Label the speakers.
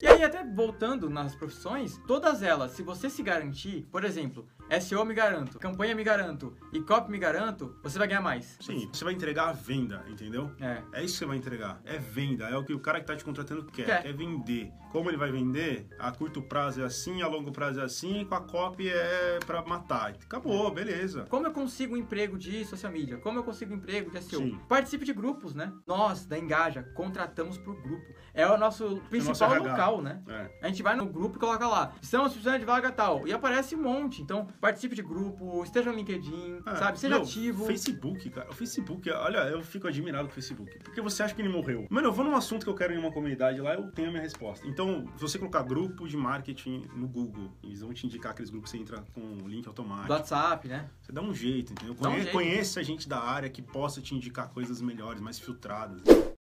Speaker 1: E aí, até voltando nas profissões, todas elas, se você se garantir, por exemplo, SEO me garanto, campanha me garanto e copy me garanto, você vai ganhar mais.
Speaker 2: Sim, você vai entregar a venda, entendeu?
Speaker 1: É.
Speaker 2: É isso que você vai entregar. É venda, é o que o cara que tá te contratando quer,
Speaker 1: Quer.
Speaker 2: quer, vender. Como ele vai vender? A curto prazo é assim, a longo prazo é assim, e com a copy é pra matar.
Speaker 1: É.
Speaker 2: Acabou, beleza.
Speaker 1: Como eu consigo um emprego de social media? Como eu consigo um emprego de SEO?
Speaker 2: Sim.
Speaker 1: Participe de grupos, né? Nós, da Engaja, contratamos por grupo. É o nosso principal
Speaker 2: RH.
Speaker 1: local, né?
Speaker 2: É.
Speaker 1: A gente vai no grupo e coloca lá, estamos precisando de vaga tal. E aparece um monte. Então, participe de grupo, esteja no LinkedIn,
Speaker 2: Ah,
Speaker 1: sabe? Seja
Speaker 2: meu,
Speaker 1: ativo.
Speaker 2: Facebook, cara. O Facebook, olha, eu fico admirado com o Facebook. Porque você acha que ele morreu. Mano, eu vou num assunto que eu quero em uma comunidade lá, eu tenho a minha resposta. Então, se você colocar grupo de marketing no Google, eles vão te indicar aqueles grupos que você entra com o link
Speaker 1: Do
Speaker 2: automático.
Speaker 1: WhatsApp, né?
Speaker 2: Você dá um jeito, entendeu?
Speaker 1: Dá um
Speaker 2: Conhe-
Speaker 1: jeito.
Speaker 2: Conheça a gente da área que possa te indicar coisas melhores, mais filtradas.